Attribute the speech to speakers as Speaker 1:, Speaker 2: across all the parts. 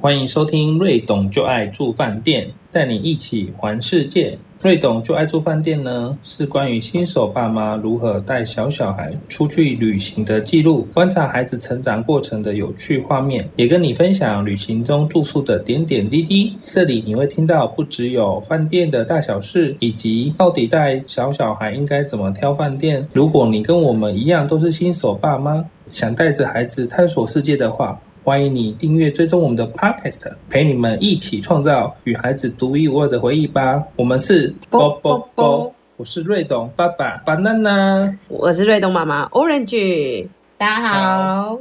Speaker 1: 欢迎收听《瑞董就爱住饭店》，带你一起环世界。瑞董就爱住饭店呢，是关于新手爸妈如何带小小孩出去旅行的记录，观察孩子成长过程的有趣画面，也跟你分享旅行中住宿的点点滴滴。这里你会听到不只有饭店的大小事，以及到底带小小孩应该怎么挑饭店。如果你跟我们一样都是新手爸妈，想带着孩子探索世界的话，欢迎你订阅追踪我们的 Podcast，陪你们一起创造与孩子独一无二的回忆吧。我们是
Speaker 2: 啵啵啵，
Speaker 1: 我是瑞董爸爸 banana。
Speaker 2: 我是瑞东妈妈 Orange，大家好，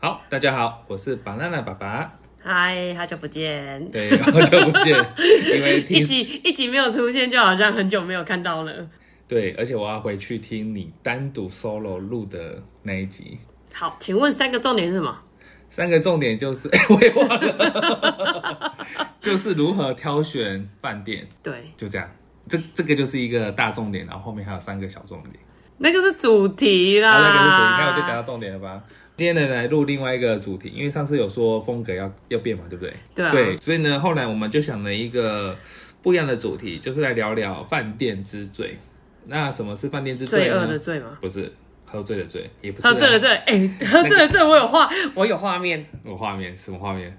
Speaker 1: 好，大家好，我是 banana 爸爸。
Speaker 2: 嗨，好久不见，
Speaker 1: 对，好久不见，因为
Speaker 2: 一
Speaker 1: 听
Speaker 2: 集一集没有出现，就好像很久没有看到了。
Speaker 1: 对，而且我要回去听你单独 solo 录的那一集。
Speaker 2: 好，请问三个重点是什么？
Speaker 1: 三个重点就是， 哎、我也忘了， 就是如何挑选饭店，
Speaker 2: 对，
Speaker 1: 就这样。这这个就是一个大重点，然后后面还有三个小重点。
Speaker 2: 那个是主题啦。
Speaker 1: 好，那个是主题，那我就讲到重点了吧。今天呢，来录另外一个主题，因为上次有说风格要要变嘛，对不对？
Speaker 2: 对啊
Speaker 1: 对，所以呢，后来我们就想了一个不一样的主题，就是来聊聊饭店之最。那什么是饭店之最
Speaker 2: 罪
Speaker 1: 呢？
Speaker 2: 恶的罪吗？
Speaker 1: 不是喝醉的醉，也不是啊
Speaker 2: 喝醉了。罪，哎、喝醉了罪，我有画，我有画面。
Speaker 1: 有画面什么画面？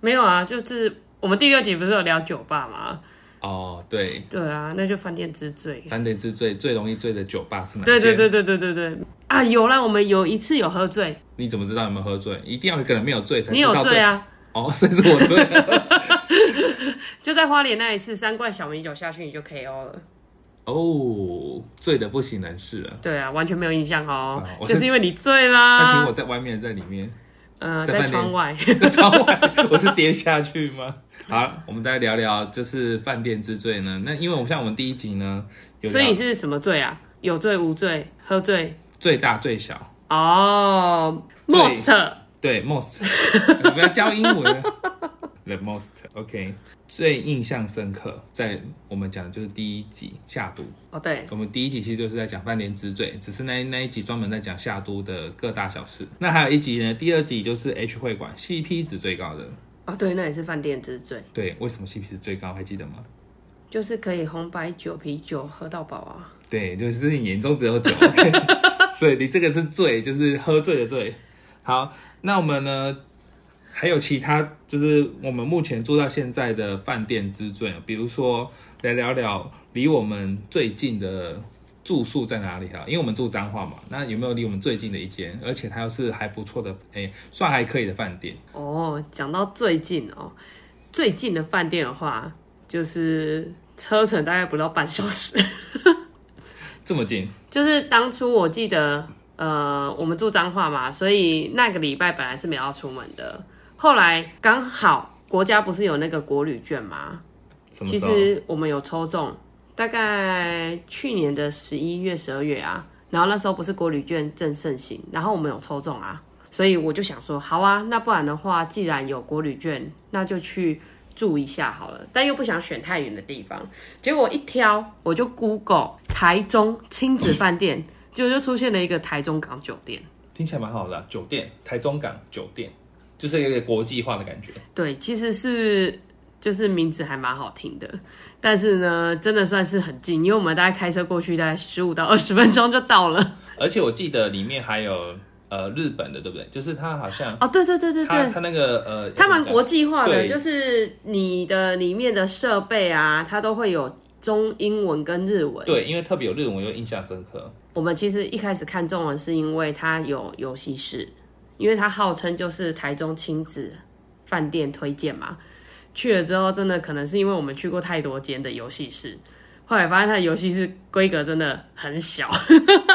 Speaker 2: 没有啊，就是我们第六集不是有聊酒吧吗？
Speaker 1: 哦，对，
Speaker 2: 对啊，那就饭店之最。
Speaker 1: 饭店之最最容易醉的酒吧是哪？
Speaker 2: 对对对。对对对对啊，有啦，我们有一次有喝醉，
Speaker 1: 你怎么知道有没有喝醉？一定要有一个人没有醉才
Speaker 2: 你
Speaker 1: 知道
Speaker 2: 有醉啊。
Speaker 1: 对？哦，所以是我醉 了。
Speaker 2: 就在花莲那一次，三罐小米酒下去你就 KO 了。
Speaker 1: 哦，醉的不省人事了。
Speaker 2: 对啊，完全没有印象哦，
Speaker 1: 啊我是
Speaker 2: 就是因为你醉
Speaker 1: 那请
Speaker 2: 啦
Speaker 1: 我。在外面，在里面，
Speaker 2: 呃，
Speaker 1: 在
Speaker 2: 在
Speaker 1: 饭店
Speaker 2: 窗外，
Speaker 1: 窗外，我是跌下去吗？好，我们再聊聊就是饭店之最呢。那因为我们像我们第一集呢，有
Speaker 2: 所以
Speaker 1: 聊
Speaker 2: 你是什么醉啊？有醉无醉，喝醉
Speaker 1: 最大最小，
Speaker 2: 哦
Speaker 1: 醉
Speaker 2: ，most
Speaker 1: 对 most，你不要教英文 啊。The most，OK，、最印象深刻，在我们讲的就是第一集下毒。
Speaker 2: 哦，对，
Speaker 1: 我们第一集其实就是在讲饭店之最，只是那那一集专门在讲下都的各大小事。那还有一集呢，第二集就是 H 会馆 CP 值最高的。
Speaker 2: 哦对，那也是饭店之最，
Speaker 1: 对，为什么 CP 值最高？还记得吗？
Speaker 2: 就是可以红白酒、啤酒喝到饱啊。
Speaker 1: 对，就是你眼中只 有酒。OK 所以你这个是醉，就是喝醉的醉。好，那我们呢还有其他，就是我们目前住到现在的饭店之最，啊比如说来聊聊离我们最近的住宿在哪里哈？因为我们住彰化嘛，那有没有离我们最近的一间？而且它又是还不错的，哎、算还可以的饭店。
Speaker 2: 哦，讲到最近哦，最近的饭店的话，就是车程大概不到半小时。
Speaker 1: 这么近，
Speaker 2: 就是当初我记得，呃，我们住彰化嘛，所以那个礼拜本来是没有要出门的。后来刚好国家不是有那个国旅券嘛，
Speaker 1: 什么
Speaker 2: 其
Speaker 1: 时候？
Speaker 2: 实我们有抽中，大概去年的十一月、十二月啊，然后那时候不是国旅券正盛行，然后我们有抽中啊，所以我就想说，好啊，那不然的话，既然有国旅券，那就去住一下好了，但又不想选太远的地方，结果一挑我就 Google 台中亲子饭店，结果就出现了一个台中港酒店。
Speaker 1: 听起来蛮好的啊、酒店，台中港酒店，就是有点国际化的感觉。
Speaker 2: 对，其实是就是名字还蛮好听的，但是呢，真的算是很近，因为我们大概开车过去，大概十五到二十分钟就到了。
Speaker 1: 而且我记得里面还有呃日本的，对不对？就是它好像
Speaker 2: 哦，对对对对
Speaker 1: 它
Speaker 2: 对。
Speaker 1: 它那个呃，
Speaker 2: 它蛮国际化的，
Speaker 1: 对
Speaker 2: 就是你的里面的设备啊，它都会有中英文跟日文。
Speaker 1: 对，因为特别有日文，我就印象深刻。
Speaker 2: 我们其实一开始看中文是因为它有游戏室，因为它号称就是台中亲子饭店推荐嘛。去了之后，真的可能是因为我们去过太多间的游戏室，后来发现它的游戏室规格真的很小。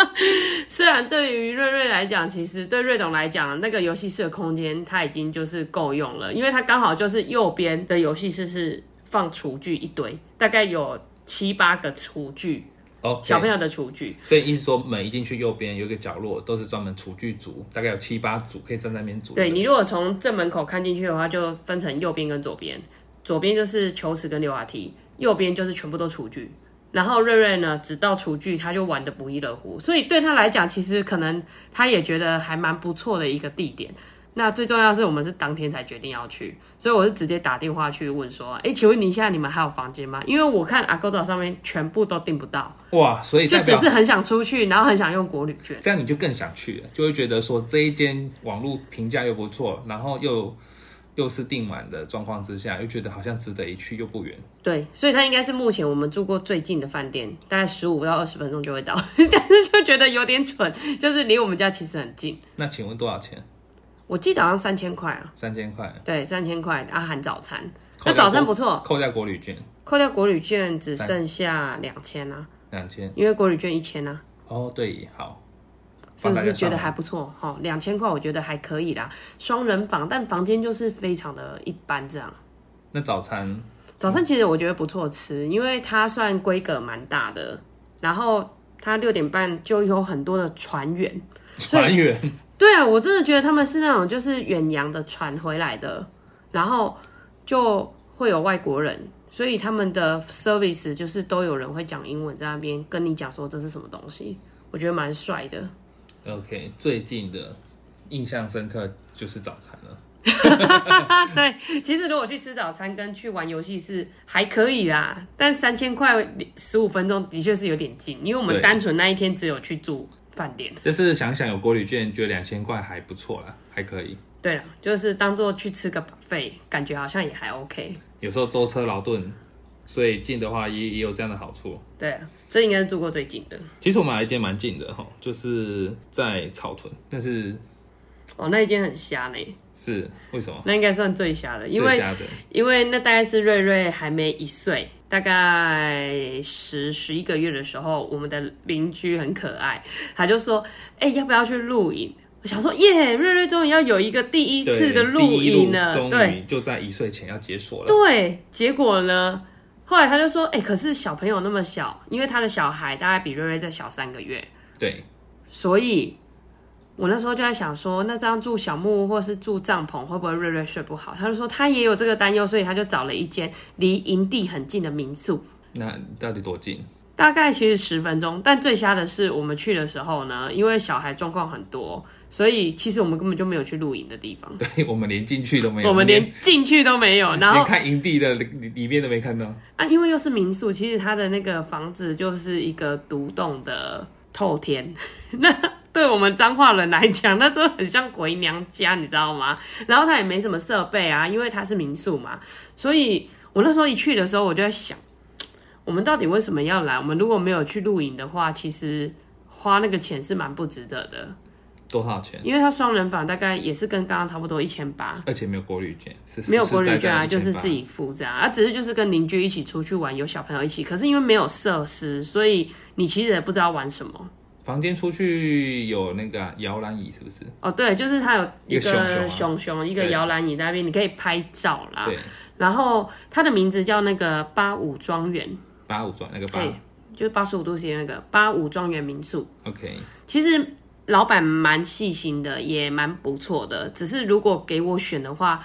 Speaker 2: 虽然对于瑞瑞来讲，其实对瑞董来讲，那个游戏室的空间它已经就是够用了，因为它刚好就是右边的游戏室是放厨具一堆，大概有七八个厨具，
Speaker 1: 哦，
Speaker 2: 小朋友的厨具。
Speaker 1: 所以意思说门一进去右边有一个角落，都是专门厨具组，大概有七八组可以站在那边煮。
Speaker 2: 对你如果从正门口看进去的话，就分成右边跟左边，左边就是球池跟溜滑梯，右边就是全部都厨具。然后瑞瑞呢，只到厨具他就玩的不亦乐乎，所以对他来讲，其实可能他也觉得还蛮不错的一个地点。那最重要的是，我们是当天才决定要去，所以我是直接打电话去问说：“哎、请问你现在你们还有房间吗？”因为我看 Agoda 上面全部都订不到，
Speaker 1: 哇，所以
Speaker 2: 就
Speaker 1: 代
Speaker 2: 只
Speaker 1: 表
Speaker 2: 是很想出去，然后很想用国旅券。
Speaker 1: 这样你就更想去了，就会觉得说这一间网络评价又不错，然后又又是订满的状况之下，又觉得好像值得一去又不远。
Speaker 2: 对，所以它应该是目前我们住过最近的饭店，大概十五到二十分钟就会到， 但是就觉得有点蠢，就是离我们家其实很近。
Speaker 1: 那请问多少钱？
Speaker 2: 我记得好像三千块啊，
Speaker 1: 三千块，
Speaker 2: 对，三千块啊含早餐，
Speaker 1: 扣
Speaker 2: 那
Speaker 1: 掉
Speaker 2: 早餐
Speaker 1: 国
Speaker 2: 不错，
Speaker 1: 扣掉国旅券
Speaker 2: 扣掉国旅券只剩下两千啊，
Speaker 1: 两千。
Speaker 2: 因为国旅券一千啊，
Speaker 1: 哦，对，好，
Speaker 2: 是
Speaker 1: 帮
Speaker 2: 不
Speaker 1: 大
Speaker 2: 是
Speaker 1: 家
Speaker 2: 觉得
Speaker 1: 算好
Speaker 2: 还不错？哈、哦，两千块我觉得还可以啦，双人房，但房间就是非常的一般这样。
Speaker 1: 那早餐
Speaker 2: 早餐其实我觉得不错吃，因为它算规格蛮大的，然后它六点半就有很多的船员。所以
Speaker 1: 船员
Speaker 2: 对啊，我真的觉得他们是那种就是远洋的船回来的，然后就会有外国人，所以他们的 service 就是都有人会讲英文在那边跟你讲说这是什么东西，我觉得蛮帅的。
Speaker 1: OK，最近的印象深刻就是早餐了。
Speaker 2: 对，其实如果去吃早餐跟去玩游戏是还可以啦，但三千块十五分钟的确是有点近，因为我们
Speaker 1: 对
Speaker 2: 单纯那一天只有去住饭店。
Speaker 1: 但是想想有国旅券，觉得两千块还不错啦，还可以。
Speaker 2: 对了，就是当做去吃个 buffet，感觉好像也还 OK。
Speaker 1: 有时候舟车劳顿，所以近的话也也有这样的好处。
Speaker 2: 对啊，这应该是住过最近的
Speaker 1: 其实我们还有一间蛮近的哈，就是在草屯，但是
Speaker 2: 哦，那一间很瞎呢，
Speaker 1: 是为什么？
Speaker 2: 那应该算最瞎的，因
Speaker 1: 最
Speaker 2: 为
Speaker 1: 瞎的
Speaker 2: 因为那大概是瑞瑞还没一岁，大概十十一个月的时候，我们的邻居很可爱，他就说：“哎、要不要去露营？”我想说：“耶，瑞瑞终于要有一个第一次的露
Speaker 1: 对第一
Speaker 2: 营
Speaker 1: 路
Speaker 2: 了。”
Speaker 1: 终
Speaker 2: 对
Speaker 1: 于就在一岁前要解锁了。
Speaker 2: 对，结果呢，后来他就说：“哎、可是小朋友那么小，因为他的小孩大概比瑞瑞再小三个月，
Speaker 1: 对，
Speaker 2: 所以我那时候就在想说，那这样住小木屋或是住帐篷，会不会瑞瑞睡不好？他就说他也有这个担忧，所以他就找了一间离营地很近的民宿，
Speaker 1: 那到底多近？
Speaker 2: 大概其实十分钟。但最瞎的是，我们去的时候呢，因为小孩状况很多，所以其实我们根本就没有去露营的地方，
Speaker 1: 对我们连进去都没有，
Speaker 2: 我们连进去都没有。然
Speaker 1: 连
Speaker 2: 后
Speaker 1: 看营地的里里面都没看到。
Speaker 2: 啊，因为又是民宿，其实它的那个房子就是一个独栋的透天， 那对我们彰化人来讲，那真的很像回娘家，你知道吗？然后它也没什么设备啊，因为它是民宿嘛，所以我那时候一去的时候，我就在想，我们到底为什么要来？我们如果没有去露营的话，其实花那个钱是蛮不值得的，
Speaker 1: 多少钱？
Speaker 2: 因为它双人房大概也是跟刚刚差不多一千八，
Speaker 1: 而且没有国旅券，是
Speaker 2: 没有国旅券啊，
Speaker 1: 实实在在的
Speaker 2: 就是自己付这样啊，只是就是跟邻居一起出去玩，有小朋友一起，可是因为没有设施，所以你其实也不知道玩什么。
Speaker 1: 1800。房间出去有那个啊摇篮椅，是不是？
Speaker 2: 哦，对，就是它有一
Speaker 1: 一个熊熊
Speaker 2: 个
Speaker 1: 啊
Speaker 2: 熊熊，一个
Speaker 1: 对
Speaker 2: 摇篮椅在那边，你可以拍照啦。
Speaker 1: 对，
Speaker 2: 然后它的名字叫那个八五庄园，
Speaker 1: 八五转那个八
Speaker 2: 对，就是八十五度 C 的那个八五庄园民宿。
Speaker 1: ，OK，
Speaker 2: 其实老板蛮细心的，也蛮不错的。只是如果给我选的话，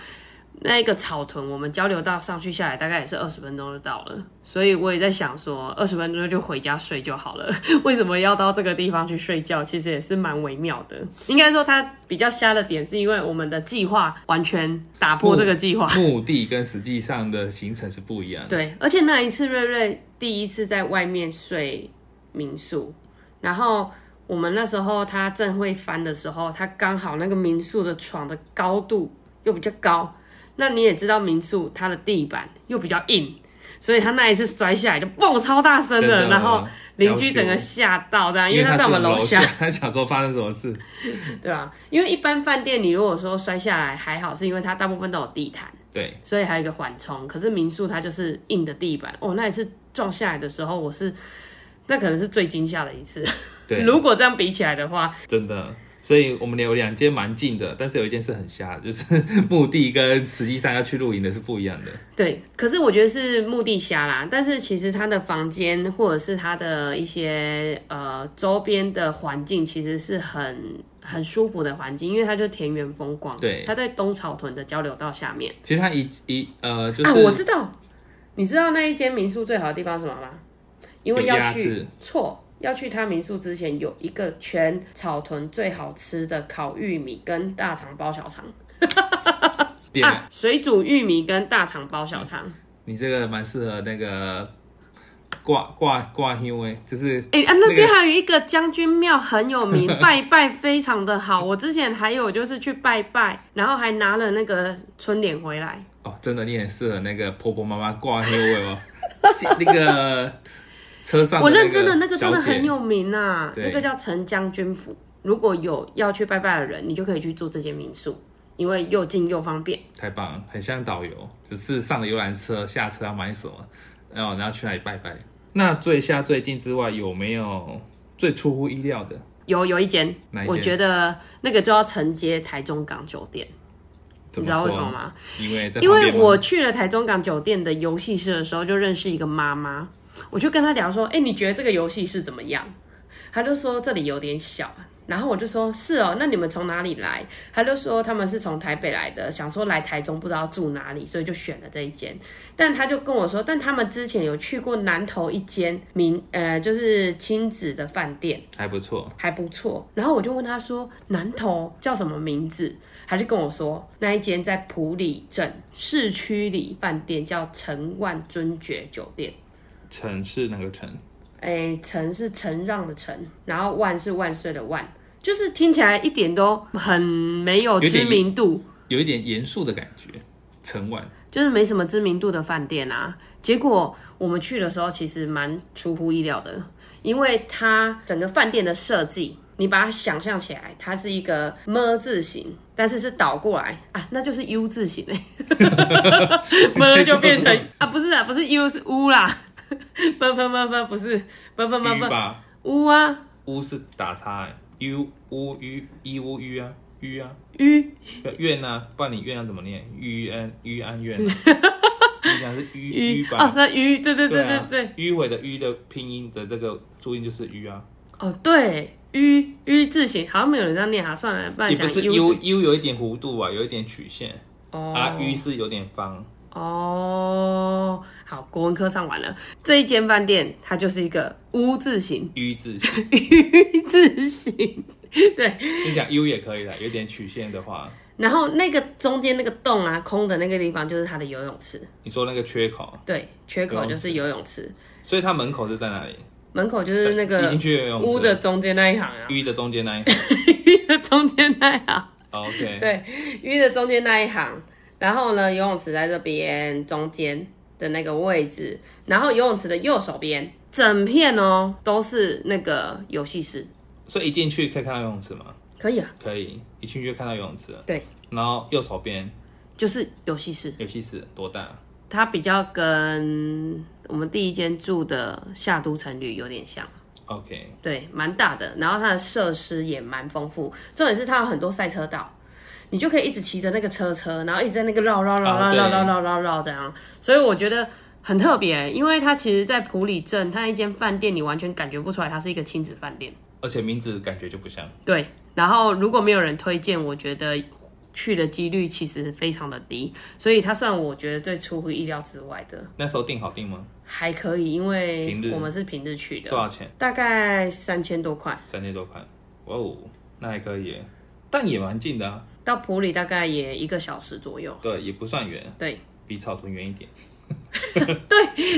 Speaker 2: 那一个草屯，我们交流道上去下来大概也是二十分钟就到了，所以我也在想说，二十分钟就回家睡就好了，为什么要到这个地方去睡觉？其实也是蛮微妙的。应该说它比较瞎的点，是因为我们的计划完全打破这个计划。
Speaker 1: 目的跟实际上的行程是不一样的。
Speaker 2: 对，而且那一次瑞瑞第一次在外面睡民宿，然后我们那时候他正会翻的时候，他刚好那个民宿的床的高度又比较高，那你也知道民宿它的地板又比较硬。所以他那一次摔下来就蹦超大声
Speaker 1: 真
Speaker 2: 的，
Speaker 1: 的
Speaker 2: 然后邻居整个吓到这样，因为他在我们楼下，
Speaker 1: 他想说发生什么事，
Speaker 2: 对吧、因为一般饭店你如果说摔下来还好，是因为它大部分都有地毯，
Speaker 1: 对，
Speaker 2: 所以还有一个缓冲。可是民宿它就是硬的地板，哦，那一次撞下来的时候，我是那可能是最惊吓的一次。
Speaker 1: 对
Speaker 2: 如果这样比起来的话，
Speaker 1: 真的。所以我们有两间蛮近的，但是有一间是很瞎的，就是 目的跟实际上要去露营的是不一样的。
Speaker 2: 对，可是我觉得是目的虾啦。但是其实它的房间或者是它的一些呃周边的环境，其实是很很舒服的环境，因为它就是田园风光。
Speaker 1: 对
Speaker 2: 它在东草屯的交流道下面。
Speaker 1: 其实它一一呃，就是、
Speaker 2: 啊，我知道，你知道那一间民宿最好的地方是什么吗？因为
Speaker 1: 有
Speaker 2: 要
Speaker 1: 鸭
Speaker 2: 去
Speaker 1: 子
Speaker 2: 错，要去他民宿之前，有一个全草屯最好吃的烤玉米跟大肠包小肠
Speaker 1: 点、
Speaker 2: 啊，水煮玉米跟大肠包小肠。
Speaker 1: 你这个蛮适合那个挂挂挂香诶，就是
Speaker 2: 哎、啊，那
Speaker 1: 那
Speaker 2: 边
Speaker 1: 个
Speaker 2: 还有一个将军庙很 有名，拜拜非常的好。我之前还有就是去拜拜，然后还拿了那个春联回来。
Speaker 1: 哦，真的你很适合那个婆婆妈妈挂香味哦， 那个车上
Speaker 2: 我
Speaker 1: 那
Speaker 2: 认真的那个
Speaker 1: 个
Speaker 2: 真的很
Speaker 1: 有
Speaker 2: 有名啊，
Speaker 1: 对
Speaker 2: 那个叫陈将军府。如果有要去拜拜的人，你就可以去住这间民宿，因为又近又方便。
Speaker 1: 太棒了，很像导游，就是上了游览车，下车要买什么，然后然后去哪里拜拜。那最下最近之外，有没有最出乎意料的？
Speaker 2: 有有一间
Speaker 1: 哪一，间
Speaker 2: 我觉得那个就要承接台中港酒店，
Speaker 1: 怎
Speaker 2: 你知道为
Speaker 1: 说啊
Speaker 2: 什么？吗？
Speaker 1: 因为在
Speaker 2: 因
Speaker 1: 旁
Speaker 2: 为
Speaker 1: 边吗
Speaker 2: 我去了台中港酒店的游戏室的时候，就认识一个妈妈，我就跟她聊说：“哎、你觉得这个游戏室怎么样？”她就说这里有点小，然后我就说：“是哦，那你们从哪里来？”她就说他们是从台北来的，想说来台中不知道住哪里，所以就选了这一间。但她就跟我说，但他们之前有去过南投一间民呃就是亲子的饭店。
Speaker 1: 还不错，
Speaker 2: 还不错。然后我就问他说南投叫什么名字，他就跟我说那一间在埔里镇市区里饭店叫陈万尊爵酒店。
Speaker 1: 城市那个城，
Speaker 2: 哎，陈是承让的陈，然后万是万岁的万，就是听起来一点都很没有知名度，
Speaker 1: 有一点严肃的感觉，城晚
Speaker 2: 就是没什么知名度的饭店啊。结果我们去的时候其实蛮出乎意料的，因为它整个饭店的设计，你把它想象起来，它是一个么字形，但是是倒过来啊，那就是 U 字 形嘞、么就变成啊，不是啊，不是 U 是 U 啦， 分分分分不是分分分
Speaker 1: 鱼
Speaker 2: 分
Speaker 1: 吧，
Speaker 2: 乌啊
Speaker 1: 乌是打叉哎、u 乌鱼一乌鱼啊，鱼啊，
Speaker 2: 鱼
Speaker 1: 院啊，不然你院要怎么念？于安于安院、 啊，你想是于
Speaker 2: 鱼
Speaker 1: 于
Speaker 2: 哦，
Speaker 1: 吧？
Speaker 2: 那鱼对对对对
Speaker 1: 啊，
Speaker 2: 对，
Speaker 1: 迂回的迂的拼音的这个注音就是迂啊，
Speaker 2: 哦对。鱼鱼字形好像没有人这样念哈，啊算了，不然
Speaker 1: 也不
Speaker 2: 讲
Speaker 1: 是
Speaker 2: U
Speaker 1: u
Speaker 2: 字
Speaker 1: u 有一点弧度啊，有一点曲线，
Speaker 2: 哦
Speaker 1: 啊迂是有点方，
Speaker 2: 哦，好，国文科上完了。这一间饭店它就是一个屋字形、
Speaker 1: 迂字 形。
Speaker 2: 鱼字形，对。
Speaker 1: 你想 u 也可以啦，有点曲线的话，
Speaker 2: 然后那个中间那个洞啊，空的那个地方就是它的游泳池，
Speaker 1: 你说那个缺口，
Speaker 2: 对，缺口就是游泳池，
Speaker 1: 所以它门口是在哪里？
Speaker 2: 门口就是那
Speaker 1: 挤
Speaker 2: 个
Speaker 1: 进去游泳池
Speaker 2: 屋的中间那一行啊，
Speaker 1: 迂的中间那一行。
Speaker 2: 鱼的中间那一行，
Speaker 1: OK，
Speaker 2: 对，鱼的中间那一行。然后呢，游泳池在这边中间的那个位置，然后游泳池的右手边，整片哦都是那个游戏室。
Speaker 1: 所以一进去可以看到游泳池吗？
Speaker 2: 可以啊，
Speaker 1: 可以，一进去就看到游泳池了。
Speaker 2: 对，
Speaker 1: 然后右手边
Speaker 2: 就是游戏室，
Speaker 1: 游戏室多大？
Speaker 2: 它比较跟我们第一间住的夏都城旅有点像，
Speaker 1: OK，
Speaker 2: 对，蛮大的，然后它的设施也蛮丰富，重点是它有很多赛车道。你就可以一直骑着那个车车，然后一直在那个绕绕绕
Speaker 1: 啊对
Speaker 2: 绕绕绕绕绕绕这样，所以我觉得很特别，因为它其实，在普里镇，它一间饭店，你完全感觉不出来它是一个亲子饭店。
Speaker 1: 而且名字感觉就不像。
Speaker 2: 对，然后如果没有人推荐，我觉得去的几率其实非常的低，所以它算我觉得最出乎意料之外的，
Speaker 1: 那时候订好订吗？
Speaker 2: 还可以，因
Speaker 1: 平
Speaker 2: 为
Speaker 1: 日
Speaker 2: 我们是平日去的，
Speaker 1: 多少钱？
Speaker 2: 大概三千多块，
Speaker 1: 三千多块。哇哦，那还可以耶，但也蛮近的啊。
Speaker 2: 到普里大概也一个小时左右。
Speaker 1: 对，也不算远，
Speaker 2: 对，
Speaker 1: 比草屯远一点。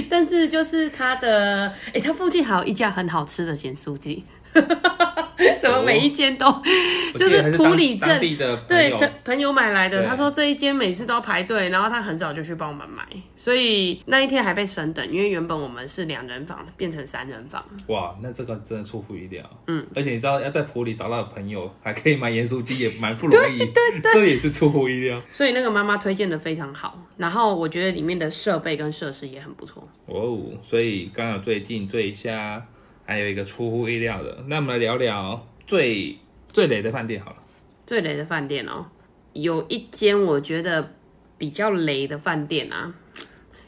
Speaker 2: 但是就是它的，哎、它附近还有一家很好吃的咸酥鸡， 怎么每一间都
Speaker 1: 我
Speaker 2: 就是
Speaker 1: 记得还
Speaker 2: 普
Speaker 1: 当
Speaker 2: 里镇
Speaker 1: 当地的朋
Speaker 2: 对，
Speaker 1: 友
Speaker 2: 他朋友买来的，
Speaker 1: 对
Speaker 2: 他说这一间每次都要排队，然后他很早就去帮我们买，所以那一天还被省等，因为原本我们是两人房，变成三人房。
Speaker 1: 哇，那这个真的出乎意料。嗯，而且你知道要在普里找到朋友，还可以买盐酥鸡，也蛮不容 易。对对，这也是出乎意料。
Speaker 2: 所以那个妈妈推荐的非常好，然后我觉得里面的设备跟设施也很不错。
Speaker 1: 哦，所以刚好最近最瞎，还有一个出乎意料的。那我们来聊聊最最雷的饭店好了。
Speaker 2: 最雷的饭店哦，有一间我觉得比较雷的饭店啊，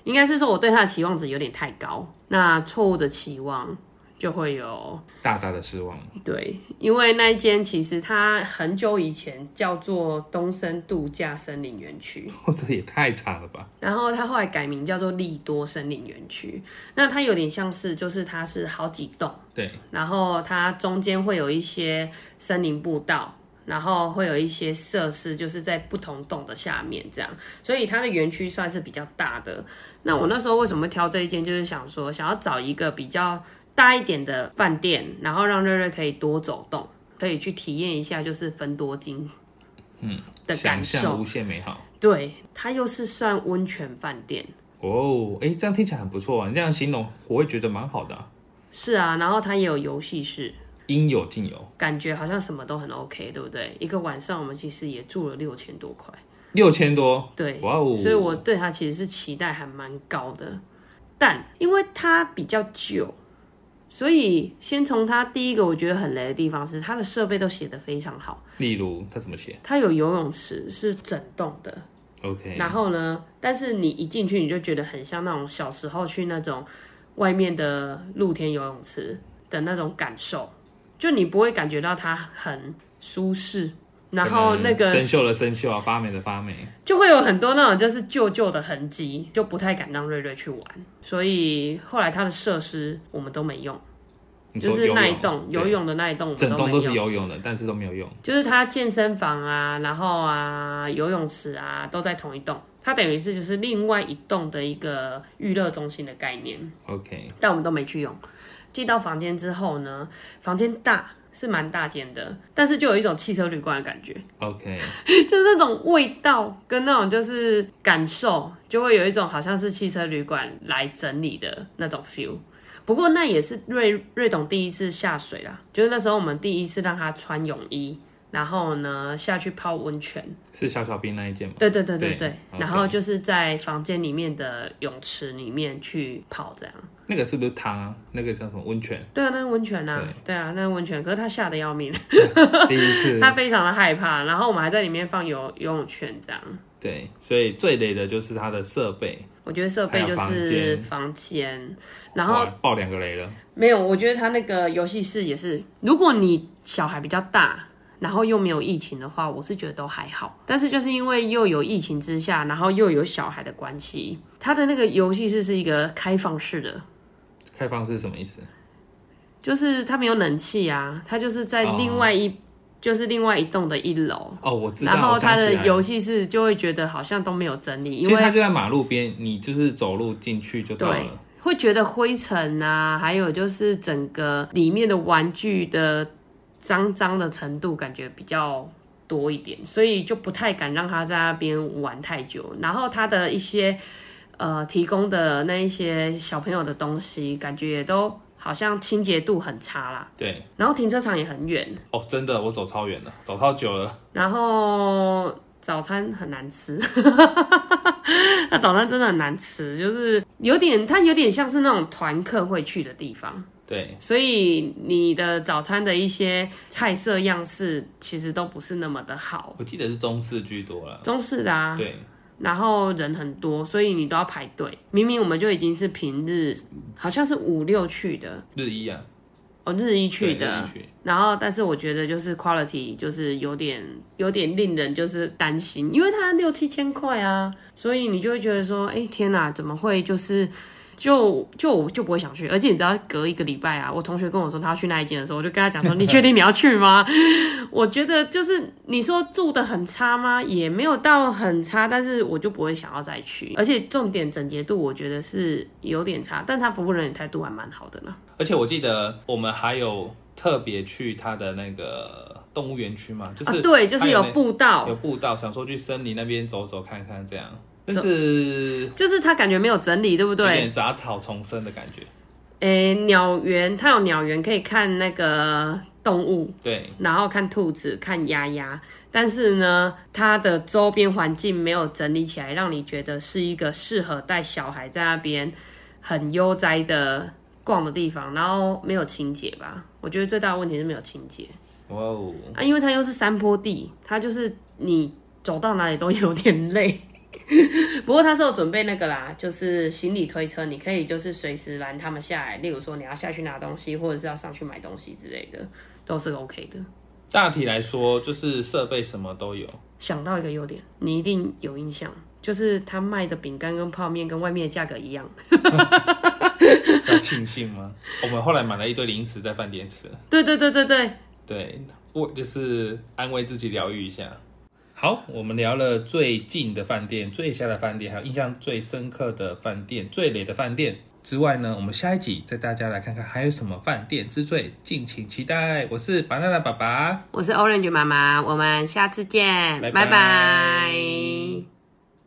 Speaker 2: 应该是说我对它的期望值有点太高，那错误的期望就会有
Speaker 1: 大大的失望，
Speaker 2: 对，因为那一间其实它很久以前叫做东森度假森林园区，
Speaker 1: 这也太惨了吧！
Speaker 2: 然后它后来改名叫做利多森林园区。那它有点像是，就是它是好几栋，
Speaker 1: 对，
Speaker 2: 然后它中间会有一些森林步道，然后会有一些设施，就是在不同洞的下面这样，所以它的园区算是比较大的。那我那时候为什么会挑这一间，就是想说想要找一个比较大一点的饭店，然后让瑞瑞可以多走动，可以去体验一下就是分多金
Speaker 1: 嗯，
Speaker 2: 的
Speaker 1: 想
Speaker 2: 感
Speaker 1: 象
Speaker 2: 受
Speaker 1: 无。限美好。
Speaker 2: 对，它又是算温泉饭店。
Speaker 1: 哦，哎，这样听起来很不错啊！你这样形容，我会觉得蛮好的啊、
Speaker 2: 是啊，然后它也有游戏室，
Speaker 1: 应有尽有。
Speaker 2: 感觉好像什么都很 OK，对不对？一个晚上我们其实也住了六千多块，
Speaker 1: 六千多，
Speaker 2: 对，
Speaker 1: 哇哦！
Speaker 2: 所以我对它其实是期待还蛮高的，但因为它比较旧，所以先从它第一个我觉得很雷的地方是它的设备都写得非常好，
Speaker 1: 例如他怎么写
Speaker 2: 它有游泳池是整栋的，
Speaker 1: ？OK，
Speaker 2: 然后呢，但是你一进去你就觉得很像那种小时候去那种外面的露天游泳池的那种感受，就你不会感觉到它很舒适，然后那
Speaker 1: 可
Speaker 2: 个
Speaker 1: 能生锈的生锈啊，发霉的发霉。
Speaker 2: 就会有很多那种就是旧旧的痕迹，就不太敢让瑞瑞去玩，所以后来它的设施我们都没用，
Speaker 1: 你
Speaker 2: 就
Speaker 1: 说
Speaker 2: 是
Speaker 1: 游
Speaker 2: 那
Speaker 1: 泳啊
Speaker 2: 一栋
Speaker 1: 对
Speaker 2: 游泳的那一栋我们
Speaker 1: 整
Speaker 2: 都
Speaker 1: 栋
Speaker 2: 没
Speaker 1: 都
Speaker 2: 用，
Speaker 1: 是游泳的，但是都没有用。
Speaker 2: 就是它健身房啊，然后啊游泳池啊都在同一栋，它等于是就是另外一栋的一个娱乐中心的概
Speaker 1: 嗯
Speaker 2: 念，
Speaker 1: OK，
Speaker 2: 但我们都没去用。进到房间之后呢，房间大是蛮大间的，但是就有一种汽车旅馆的感觉，
Speaker 1: OK，
Speaker 2: 就是那种味道跟那种就是感受，就会有一种好像是汽车旅馆来整理的那种 feel。不过那也是瑞瑞董第一次下水啦，就是那时候我们第一次让他穿泳衣，然后呢下去泡温泉。
Speaker 1: 是小小兵那一件吗？
Speaker 2: 对对对对
Speaker 1: 对
Speaker 2: 对，
Speaker 1: OK
Speaker 2: 然后就是在房间里面的泳池里面去泡这样。
Speaker 1: 那个是不是汤啊？那个叫什么温 泉？
Speaker 2: 对啊，那是温泉啊，对啊，那是温泉。可是他吓得要命，
Speaker 1: 第一次，
Speaker 2: 他非常的害怕，然后我们还在里面放游游泳圈这样。
Speaker 1: 对，所以最雷的就是它的设备，
Speaker 2: 我觉得设备就
Speaker 1: 还有
Speaker 2: 是
Speaker 1: 房间
Speaker 2: 房间，然后
Speaker 1: 哇爆两个雷了。
Speaker 2: 没有，我觉得他那个游戏室也是，如果你小孩比较大，然后又没有疫情的话，我是觉得都还好。但是就是因为又有疫情之下，然后又有小孩的关系，他的那个游戏室是一个开放式的，
Speaker 1: 开放是什么意思？
Speaker 2: 就是他没有冷气啊，他就是在
Speaker 1: 哦
Speaker 2: 另外一、就是另外一栋的一楼。
Speaker 1: 哦，我知道，
Speaker 2: 然后
Speaker 1: 我想
Speaker 2: 他
Speaker 1: 起
Speaker 2: 的
Speaker 1: 来了
Speaker 2: 游戏室就会觉得好像都没有整理，因
Speaker 1: 其实
Speaker 2: 为
Speaker 1: 它就在马路边，你就是走路进去就到
Speaker 2: 对
Speaker 1: 了。，
Speaker 2: 会觉得灰尘啊，还有就是整个里面的玩具的脏脏的程度，感觉比较多一点，所以就不太敢让他在那边玩太久。然后他的一些呃提供的那一些小朋友的东西，感觉也都好像清洁度很差啦。
Speaker 1: 对，
Speaker 2: 然后停车场也很远，
Speaker 1: 哦，真的，我走超远了，走超久了。
Speaker 2: 然后早餐很难吃， 那早餐真的很难吃，就是有点，它有点像是那种团客会去的地方，
Speaker 1: 对，
Speaker 2: 所以你的早餐的一些菜色样式其实都不是那么的好，
Speaker 1: 我记得是中式居多了。
Speaker 2: 中式的啊，
Speaker 1: 对，
Speaker 2: 然后人很多，所以你都要排队。明明我们就已经是平日，好像是五六去的，
Speaker 1: 日一啊，
Speaker 2: 哦，日一
Speaker 1: 对
Speaker 2: 去的，
Speaker 1: 日一去
Speaker 2: 然后，但是我觉得就是 quality 就是有点有点令人就是担心，因为它六七千块啊，所以你就会觉得说，哎天哪，怎么会就是就就我就不会想去，而且你知道隔一个礼拜啊，我同学跟我说他要去那一间的时候，我就跟他讲说，你确定你要去吗？ 我觉得就是你说住的很差吗？也没有到很差，但是我就不会想要再去，而且重点整洁度我觉得是有点差，但他服务人员态度还蛮好的呢。
Speaker 1: 而且我记得我们还有特别去它的那个动物园区嘛，就是、
Speaker 2: 啊，对，就是有
Speaker 1: 那
Speaker 2: 步道，
Speaker 1: 有步道，想说去森林那边走走看看这样，但是
Speaker 2: 就是他感觉没有整理，对不
Speaker 1: 有
Speaker 2: 对？
Speaker 1: 点杂草丛生的感觉。
Speaker 2: 诶，鸟园，它有鸟园可以看那个动物，
Speaker 1: 对，
Speaker 2: 然后看兔子，看鸭鸭。但是呢，它的周边环境没有整理起来，让你觉得是一个适合带小孩在那边很悠哉的逛的地方，然后没有清洁吧？我觉得最大的问题是没有清洁
Speaker 1: 哇哦，
Speaker 2: 啊，因为它又是山坡地，它就是你走到哪里都有点累。 不过他是有准备那个啦，就是行李推车，你可以就是随时拦他们下来，例如说你要下去拿东西，或者是要上去买东西之类的，都是 OK 的。
Speaker 1: 大体来说就是设备什么都有。
Speaker 2: 想到一个优点，你一定有印象，就是他卖的饼干跟泡面跟外面的价格一样。
Speaker 1: 是要庆幸吗？我们后来买了一堆零食在饭店吃，
Speaker 2: 对对对对对，
Speaker 1: 对，我就是安慰自己，疗愈一下。好，我们聊了最近的饭店、最下的饭店，还有印象最深刻的饭店、最累的饭店之外呢，我们下一集再大家来看看还有什么饭店之最，敬请期待。我是 banana 爸爸，
Speaker 2: 我是 Orange 妈妈，我们下次见，
Speaker 1: 拜
Speaker 2: 拜
Speaker 1: 拜
Speaker 2: 拜